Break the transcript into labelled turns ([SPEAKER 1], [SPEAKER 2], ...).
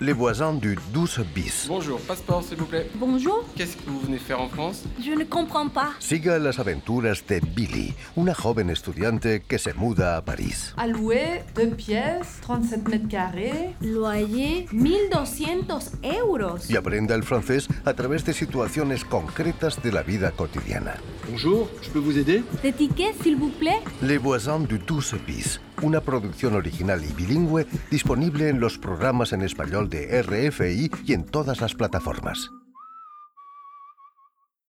[SPEAKER 1] Les voisins du 12 bis.
[SPEAKER 2] Bonjour, passeport s'il vous plaît.
[SPEAKER 3] Bonjour,
[SPEAKER 2] Qu'est-ce que vous venez faire en France
[SPEAKER 3] je ne comprends pas.
[SPEAKER 1] Siga las aventuras de Billy, una joven estudiante que se muda a París.
[SPEAKER 4] à louer, deux pièces, 37 mètres carrés.
[SPEAKER 3] Loyer 1200 euros.
[SPEAKER 1] Y aprende el francés a través de situaciones concretas de la vida cotidiana.
[SPEAKER 5] Bonjour, je peux vous aider
[SPEAKER 3] De ticket, s'il vous plaît.
[SPEAKER 1] Les voisins du 12 bis, una producción original y bilingüe disponible en los programas en español de RFI y en todas las plataformas.